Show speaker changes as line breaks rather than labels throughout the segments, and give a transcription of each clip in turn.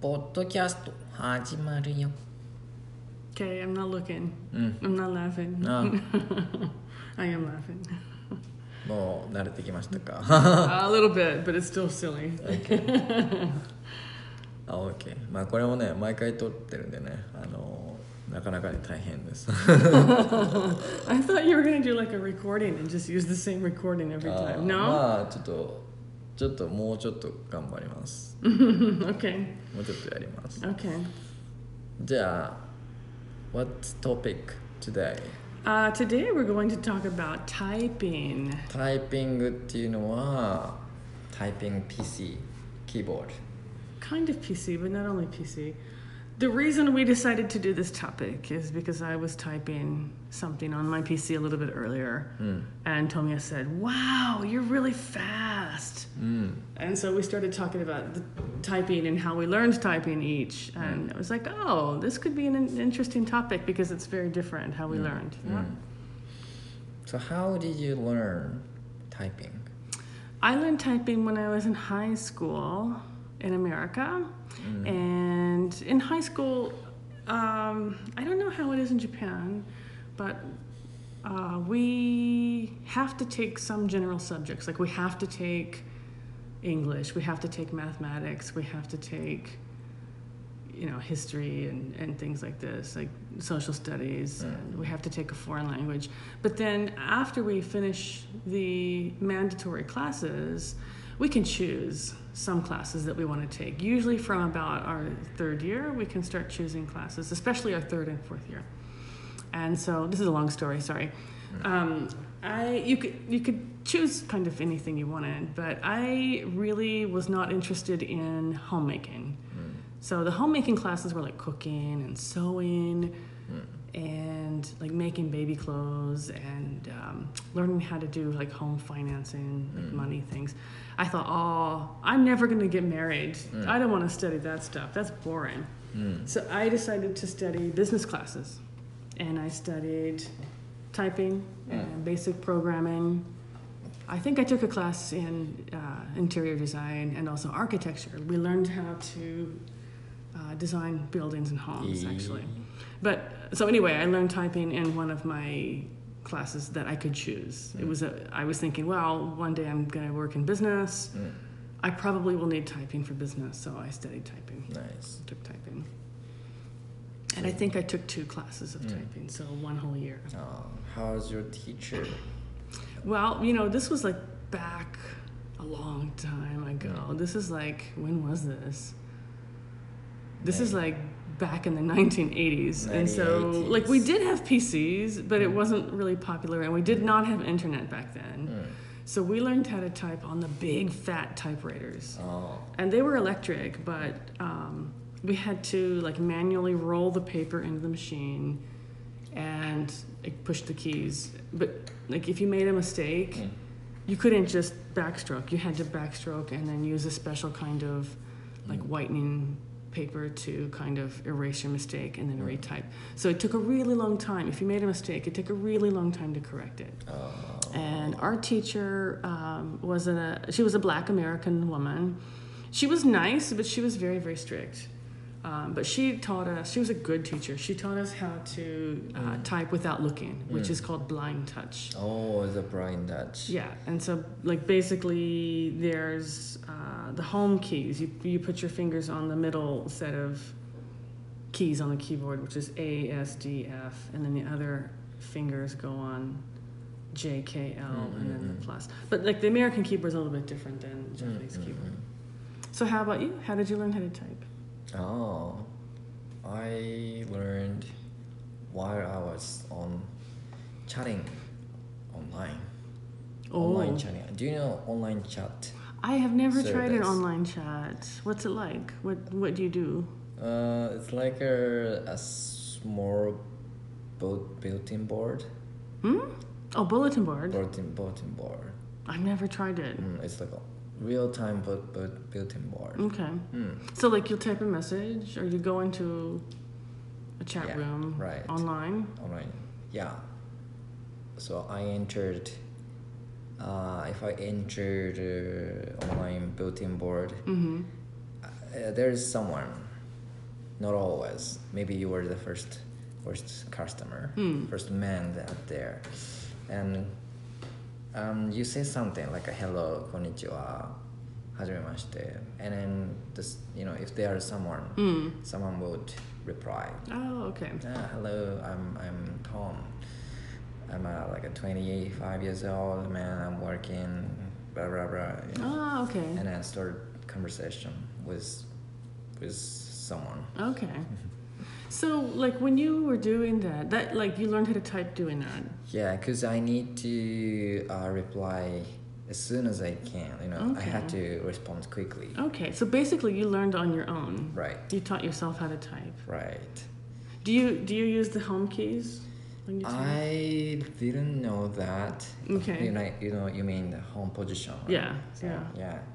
ポッドキャスト始まるよ
Okay, I'm not looking.
Mm.
I'm not laughing.
No.
I am laughing.
もう慣れてきましたか
a little bit, but it's still silly.
OK あ OK まあこれもね毎回撮ってるんでねあのなかなかに大変です
I thought you were gonna do like a recording and just use the same recording every
あー
time. No?
まあちょっとちょっともうちょっと頑張ります
okay.
もうちょっとやります
Okay.
じゃあ What's topic today?
Uh, today we're going to talk about typing.
タイピングっていうのはタイピング PC キーボード
Kind of PC, but not only PC. The reason we decided to do this topic is because I was typing something on my PC a little bit earlier, and Tomia said, Wow, you're really fast. And so we started talking about the typing and how we learned typing each. And I was like, Oh, this could be an in- interesting topic because it's very different how we learned. Yeah.
So how did you learn typing?
I learned typing when I was in high school in America. And in high school, um, I don't know how it is in Japan, but uh, we have to take some general subjects. Like, we have to take English, we have to take mathematics, we have to take you know history and, and things like this like social studies and we have to take a foreign language but then after we finish the mandatory classes we can choose some classes that we want to take usually from about our third year we can start choosing classes especially our third and fourth year and so this is a long story sorry um, i you could you could choose kind of anything you wanted but i really was not interested in homemaking so the homemaking classes were like cooking and sewing and like making baby clothes and um, learning how to do like home financing, like money things. I thought, oh, I'm never going to get married. I don't want to study that stuff. That's boring. So I decided to study business classes. And I studied typing and basic programming. I think I took a class in uh, interior design and also architecture. We learned how to uh, design buildings and homes,
Ee.
actually. But so anyway, I learned typing in one of my classes that I could choose. It was a, I was thinking, well, one day I'm going to work in business. I probably will need typing for business, so I studied typing.
Nice.
Took typing. And I think I took two classes of typing, so one whole year.
Um, how's your teacher?
Well, you know, this was like back a long time ago. This is like, when was this? This is like back in the 1980s. And so, like, we
1980s.
did have PCs, but it wasn't really popular, and we did not have internet back then.
Mm.
So, we learned how to type on the big fat typewriters.
Oh,
And they were electric, but um, we had to like manually roll the paper into the machine and like, push the keys. But like if you made a mistake,
Mm.
you couldn't just backstroke. You had to backstroke and then use a special kind of like
Mm.
whitening paper to kind of erase your mistake and then
Mm.
retype. So it took a really long time. If you made a mistake, it took a really long time to correct it
oh.
and our teacher um, was a she was a black american woman she was nice but she was very very strict um, but she taught us she was a good teacher she taught us how to uh, type without looking which
Mm.
is called blind touch
oh, the blind Dutch.
yeah and so like basically there's uh, the home keys you, you put your fingers on the middle set of keys on the keyboard which is a s d f and then the other fingers go on j k l and then the plus but like the american keyboard's a little bit different than the japanese
Mm-hmm.
keyboard so how about you how did you learn how to type
Oh, I learned while I was on chatting online.
Oh.
Online chatting. Do you know online chat?
i have never
So
tried an
that's-
online chat what's it like what what do you do
Uh, it's like a, a small boat built-in board.
hmm oh bulletin board
Bulletin, bulletin board.
i've never tried it
Mm, it's like a real-time boat, boat built-in board.
okay
Mm.
So, like, you'll type a message or you go into a chat
Yeah,
room
right.
online.
Online. Yeah. So I entered. Uh, if I entered uh, online bulletin board,
Mm-hmm.
uh, there is someone not always. Maybe you were the first first customer, first man out there, and um, you say something like a hello, konnichiwa, hajimemashite, and then this, you know, if there is someone,
Hmm.
someone would reply,
Mm. Oh, okay.
ah, hello, I'm I'm Tom. I'm uh, like a 25 years old man. I'm working, blah blah blah. you know.
Ah, okay.
And I started conversation with with someone.
Okay. So, like, when you were doing that, that like you learned how to type doing that.
Yeah, because I need to uh, reply as soon as I can. You know, I had to respond quickly.
Okay. So basically, you learned on your own.
Right,
You taught yourself how to type.
right.
Do you do you use the home keys when you type?
I didn't know that.
Okay.
You know, you know, you mean the home position. right?
Yeah,
So,
yeah.
Yeah.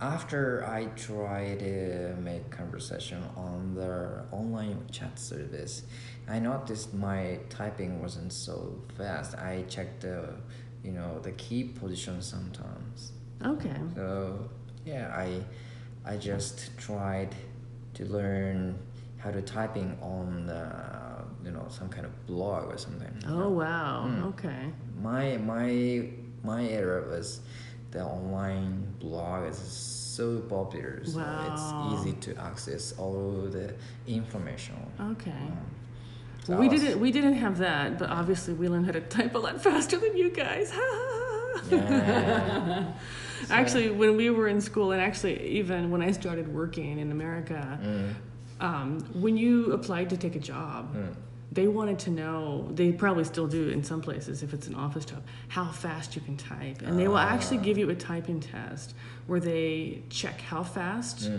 After I tried to make conversation on the online chat service, I noticed my typing wasn't so fast. I checked the, you know, the key position sometimes.
Okay.
So yeah, I I just tried to learn how to typing on uh, you know some kind of blog or something.
Oh wow.
Hmm.
Okay.
My my my era was the online blog is so popular, so
Wow.
it's easy to access all the information.
Okay.
So I
we
was-
didn't we didn't have that, but obviously we learned how to type a lot faster than you guys.
Yeah.
Actually, when we were in school, and actually even when I started working in America,
Mm,
um, when you applied to take a job, they wanted to know. They probably still do in some places if it's an office job, how fast you can type, and they will actually give you a typing test where they check how
Mm.
fast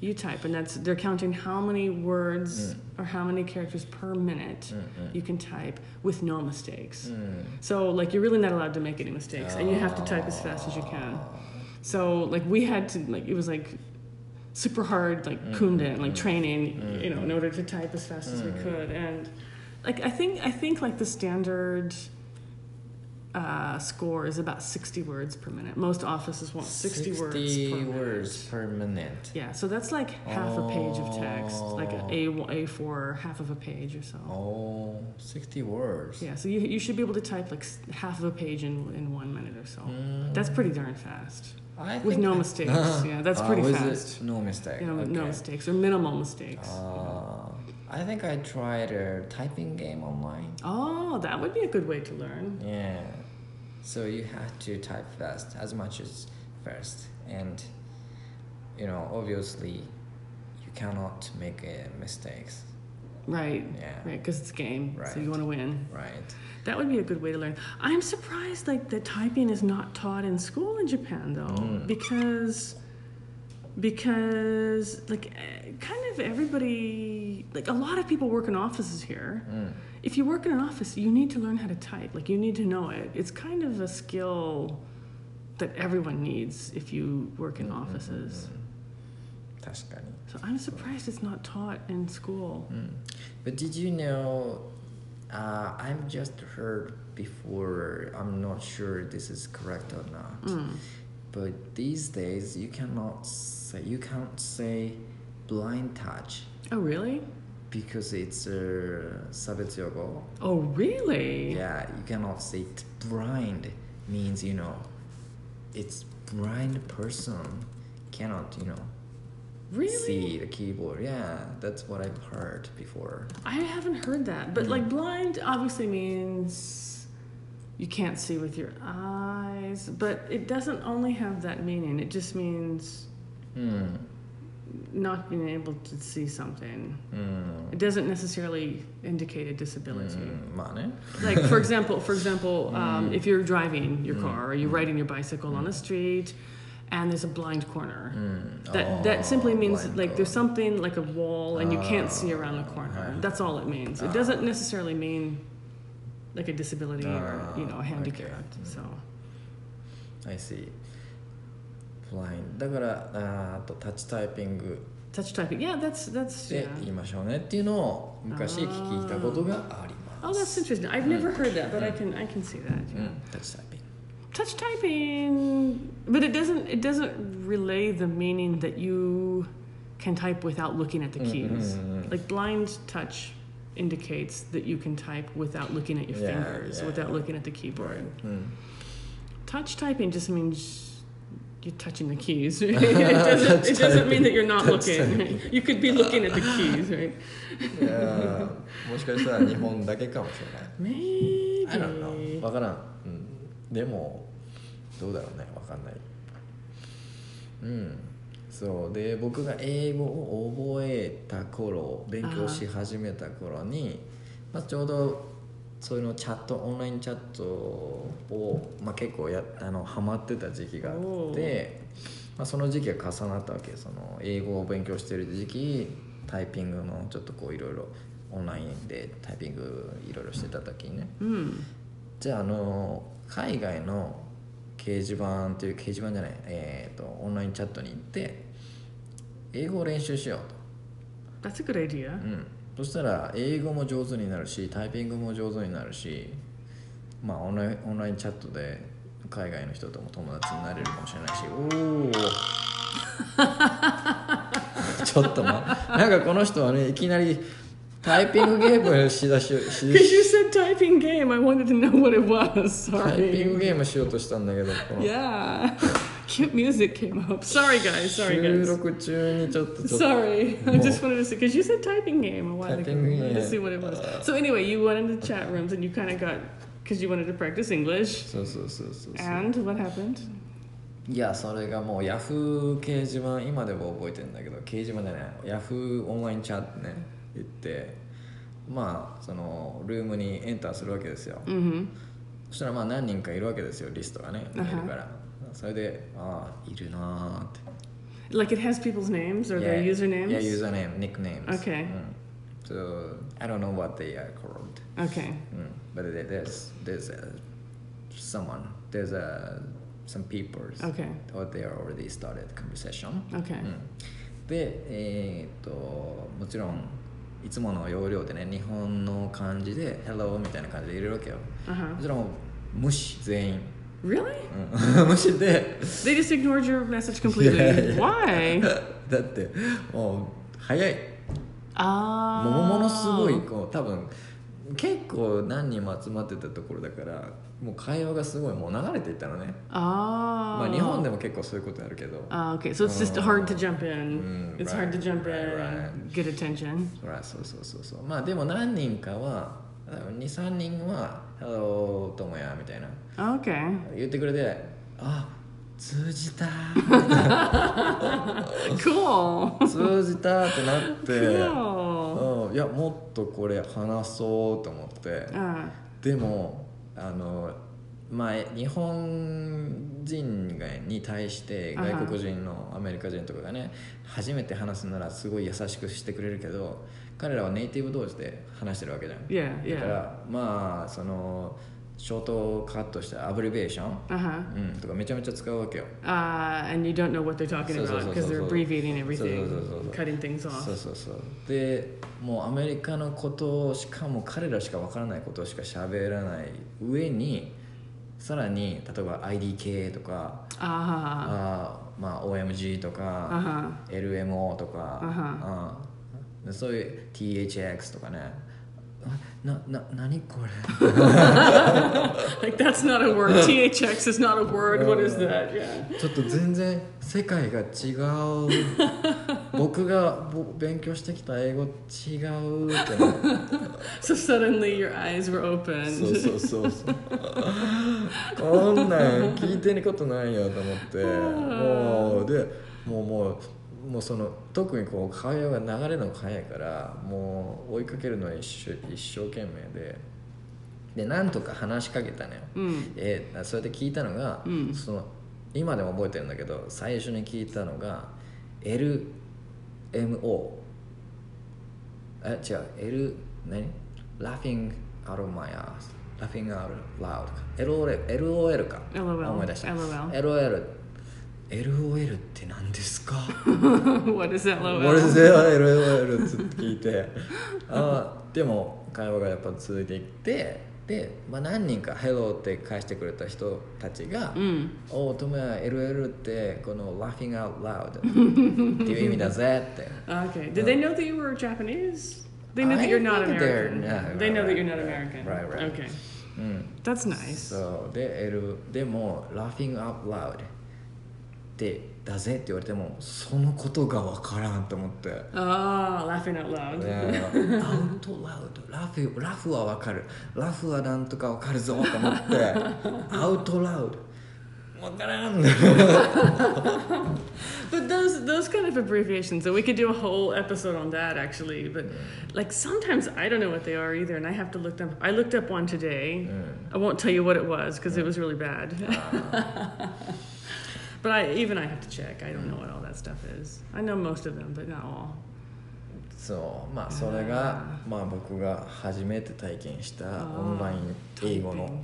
you type, and that's they're counting how many words or how many characters per minute you can type with no mistakes.
Mm.
So like you're really not allowed to make any mistakes, and you have to type as fast as you can. So like we had to like it was like super hard like kundan like training you know in order to type as fast as we could and like I think I think like the standard uh, score is about 60 words per minute. Most offices want 60, words per
60
minute.
words per minute.
Yeah, so that's like half a page of text, like
Oh.
a A A4, half of a page or so.
Oh, 60 words.
Yeah, so you, you should be able to type like s- half of a page in, in one minute or so. That's pretty darn fast.
Mm. I
With
think-
no mistakes. yeah, that's
Ah,
pretty
with it-
fast.
No mistake.
You know, no
okay.
mistakes or minimal mistakes.
Uh, I think I tried a typing game online.
oh, that would be a good way to learn.
Yeah. So you have to type fast, as much as fast. And, you know, obviously, you cannot make uh, mistakes.
Right.
Yeah.
Right, because it's a game, so
Right.
you want to win.
Right.
That would be a good way to learn. I'm surprised like that typing is not taught in school in Japan though,
Mm.
because because like eh, kind of everybody like a lot of people work in offices here.
Mm.
If you work in an office, you need to learn how to type. Like you need to know it. It's kind of a skill that everyone needs if you work in offices.
Mm-hmm. 確かに。
So I'm surprised it's not taught in school.
Mm. But did you know? Uh, I've just heard before. I'm not sure this is correct or not.
Mm.
But these days, you cannot say you can't say blind touch
Oh really?
because it's uh, a sabetyogo.
Oh really?
Yeah, you cannot say t- blind means you know, it's blind person cannot you know
Really?
see the keyboard. Yeah, that's what I've heard before.
I haven't heard that, but like blind obviously means you can't see with your eyes, but it doesn't only have that meaning. It just means
Hmm.
not being able to see something.
Hmm.
It doesn't necessarily indicate a disability.
まあね。
Like for example, for example, um, if you're driving your car or you're riding your bicycle on the street, and there's a blind corner.
Hmm.
That, that
Oh,
simply means like there's something like a wall and you can't see around the corner. That's all it means.
Ah.
It doesn't necessarily mean like a disability or you know a
Ah,
handicap.
okay.
So
I see. Blind. だからあーあとタッチタイピング
touch typing, yeah, that's that's
で
yeah.
言いましょうねっていうのを昔聞いたことがあります。
Oh, that's interesting. I've never
Mm.
heard that, but I can I can see that.
う
yeah.
ん、タッチタイピング。
Touch typing, but it doesn't it doesn't relay the meaning that you can type without looking at the
Mm-hmm.
keys. Like blind touch indicates that you can type without looking at your
Yeah,
fingers,
yeah,
without
yeah.
looking at the keyboard. Touch typing just means you're touching the keys. it, doesn't, it doesn't mean that you're not looking. you could be looking at the keys, right?
いやーもしかしたら日本だけかもしれない
Maybe.
I don't know 分からん、うん、でもどうだろうね分かんないうんそうで僕が英語を覚えた頃勉強し始めた頃に、まあ、ちょうどそういうのチャットオンラインチャットを、まあ、結構やあのハマってた時期があ
お
っ
ー
てまあ、その時期が重なったわけその英語を勉強してる時期タイピングのちょっとこういろいろオンラインでタイピングいろいろしてた時にね
Mm.
じゃああの海外の掲示板っていう掲示板じゃない、えー、とオンラインチャットに行って英語を練習しようと
That's a good idea.
うん、そしたら英語も上手になるしタイピングも上手になるし、まあ、オンラインオンラインチャットで海外の人とも友達になれるかもしれないしおお ちょっとまなんかこの人はねいきなりタイピングゲームしだしし
Because you said typing game, I wanted to know what it was.
タイピン
Sorry.
グゲームしようとしたんだけどこの
Yeah. Cute music came up. Sorry, guys. Sorry,
収
guys.
録中にちょっとちょっと
Sorry. I
More.
just wanted to see because you said typing game a while ago.
Typing
I wanted to
game. Uh,
see what it was. So anyway, you went into chat rooms and you kind of got because you wanted to practice English.
そうそうそうそうそう
And what happened?
いやそれがもうヤフー掲示板今でも覚えてるんだけど掲示板じゃないヤフーオンラインチャットね行ってまあそのルームにエンターするわけですよ、
Mm-hmm.
そしたらまあ何人かいるわけですよリストがねい
あ
る
は
からそれでああいるなーって
Like it has people's names or their usernames.
Yeah, username, nicknames.
Okay.
うん、so I don't know what they are called.
Okay.
うん、but there- there's there's a, someone there's a some people
Okay.
or they are already started conversation
Okay.
うん、でえーっともちろんいつもの要領でね日本の感じで「Hello」みたいな感じで入れるわけよ
Uh huh.
もちろん無視全員、
Really?
うん、 無視で
They just ignored your message completely.
Yeah.
Why?
だってもう早い
Ah.
もうものすごいこう多分結構何人も集まってたところだからもう会話がすごいもう流れていったのね
Ah.
まあ日本でも結構そういうことあるけど
Ah, okay, so it's just hard to jump in.
Oh. Mm,
it's hard to
right,
jump
right,
in,
right.
get attention.
ほらそうそうそうそうまあでも何人かは23人は「Hello ともや」みたいな
Okay.
言ってくれて「あ通じた
Cool.
通じた」ってなって、
Cool.
うん、いやもっとこれ話そうと思って。
Uh,
でもあのまあ日本人がに対して
あは
外国人のアメリカ人とかがね初めて話すならすごい優しくしてくれるけど彼らはネイティブ同士で話してるわけじゃん
yeah,
だか
yeah.
らまあそのショートカットしたアブリベーション、
Uh huh.
うん、とかめちゃめちゃ使うわけよ
Uh, and you don't know what they're talking
So, so,
about
so,
because
so,
they're
so.
abbreviating
So, so, so, so,
everything,
so.
cutting things off.
そうそうそうでもうアメリカのことをしかも彼らしかわからないことしか喋らない上にさらに例えば IDK とか
Ah,
あーまあ、OMG と
あは
か LMO とか
あは
うんでそういう THX とかねあなな何こ れ
like that's not a word. THX is not a word. What is that? Yeah.
ちょっと全然世界が違う僕がぼ勉強してきた英語違うってなって
So suddenly your eyes were opened.
そう そうそうそうこんなん聞いてることないよと思ってもうでもうもうもうその特にこう会話が流れるのが早いからもう追いかけるのは一生一生懸命ででなんとか話しかけたのよ、
うん
えーそれで聞いたのが、
うん
その今でも覚えてるんだけど最初に聞いたのが LMO え違う L 何 Laughing out of my ass Laughing out loud か LOL, LOL か
LOL
思い出した
LOL
LOL LOL って何ですか
what is that?
俺
LOL?
全然 LOL つって聞いてあーでも会話がやっぱ続いていってでで、まあ、何人か「Hello」って返してくれた人たちが「
うん
おおトムヤ LL ってこの「laughing out loud」っていう意味だぜって
Okay. Did they know that you were Japanese? They know
I
that you're not
think they're-
American.
no,
they
right,
know that
right,
you're not
right,
American.
right, right. Hmm.
Okay.
うん
That's nice.
そうで、L、でも「laughing out loud」ってだぜって言われてもそのことがわからんと思って。
Ah, laughing out
ア
loud.
ウトラウドラフラフはわかるラフはなんとかわかるぞと思ってアウトラウドわからん
But those those kind of abbreviations, and we could do a whole episode on that actually. But like sometimes I don't know what they are either, and I have to look them. up. I looked up one today. I won't tell you what it was because it was really bad. but I even I have to check. I don't know what all that stuff is. I know most of them, but not all.
そうまあそれがまあ僕が初めて体験したオンライン英語の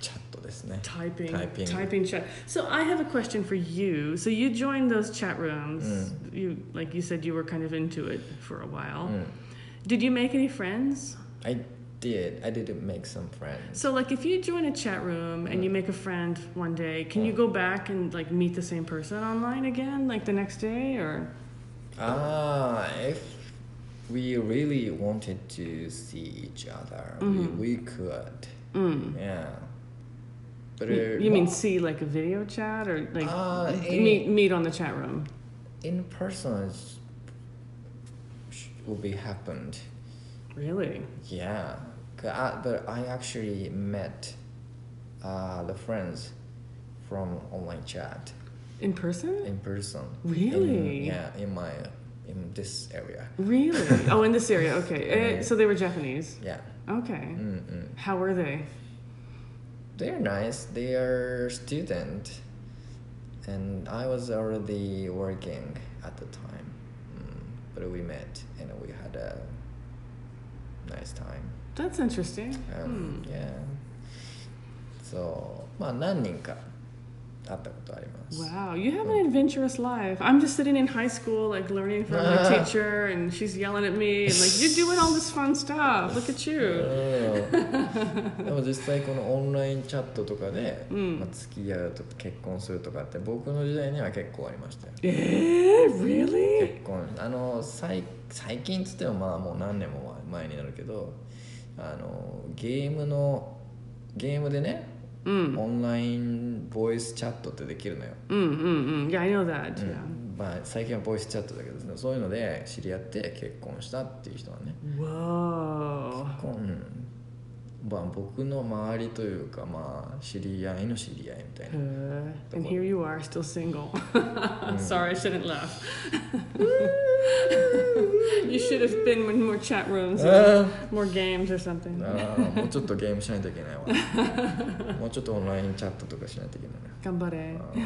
チャットですね
Typing,
E Typing.
typing, chat. So I have a question for you. So you joined those chat rooms. You like you said you were kind of into it for a while. Did you make any friends?
I did I did make some friends
So like if you join a chat room and you make a friend one day, can you go back and like meet the same person online again like the next day or
Ah, if we really wanted to see each other we, we could yeah but
you,
uh,
you mean
mo-
see like a video chat or like
Uh, eh.
meet meet on the chat room?
in person is- sh- will be happened
Really?
yeah 'Cause I, but i actually met uh, the friends from online chat
In person?
in person in,
Really?
yeah in my in this area
Really? oh, in this area. Okay. Eh, so they were Japanese.
yeah
Okay.
Mm-mm.
How were they?
they're nice they are student and i was already working at the time mm. but we met and we had a nice time
That's interesting.
うん、そうまあ何人か会ったことあります
Wow, you have an adventurous life. I'm just sitting in high school, like learning from my teacher, and she's yelling at me, and like, you're doing all this fun stuff. Look at
う
you.
んでも実際このオンラインチャットとかで、まあ、付き合うとか結婚するとかって僕の時代には結構ありましたよ
Eh,
結
really?
婚あの最最近っつってもまあもう何年も前になるけどあのゲームのゲームでね、
Mm.
オンラインボイスチャットってできるのよ
Mm, mm, mm. Yeah, I know that.
うん
Yeah.
まあ、最近はボイスチャットだけど、ね、そういうので知り合って結婚したっていう人はね
Whoa.
結婚、まあ、僕の周りというか、まあ、知り合いの知り合いみたい
Uh,
な
and here you are, still single. Sorry, I shouldn't laugh. you should have been in more chat rooms,
あー
more games, or something.
あーもうちょっとゲームしないといけないわもうちょっとオンラインチャットとかしないといけないな
Gambare.
あー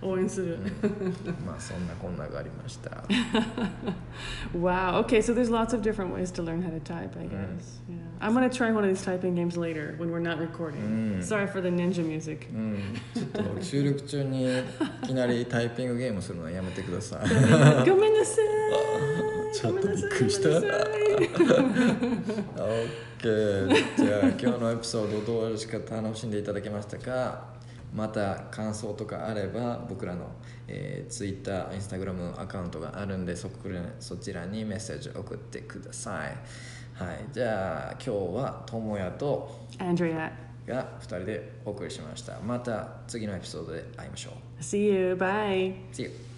Uh. Oh, 応援する。
まあそんなこんながありました
Wow. Okay, so there's lots of different ways to learn how to type, I guess. Yeah. I'm gonna try one of these typing games later when we're not recording.
Mm.
Sorry for the ninja music.
うんちょっと収録中にいきなりタイピングゲームするのはやめてください
Come in the side.
ちょっとびっくりした OK じゃあ今日のエピソードどうですか楽しんでいただけましたかまた感想とかあれば僕らの、えー、Twitter、Instagram アカウントがあるんでそこらそちらにメッセージ送ってくださいはいじゃあ今日はともやと
Andrea,
が2人でお送りしましたまた次のエピソードで会いましょう
see you. Bye.
See you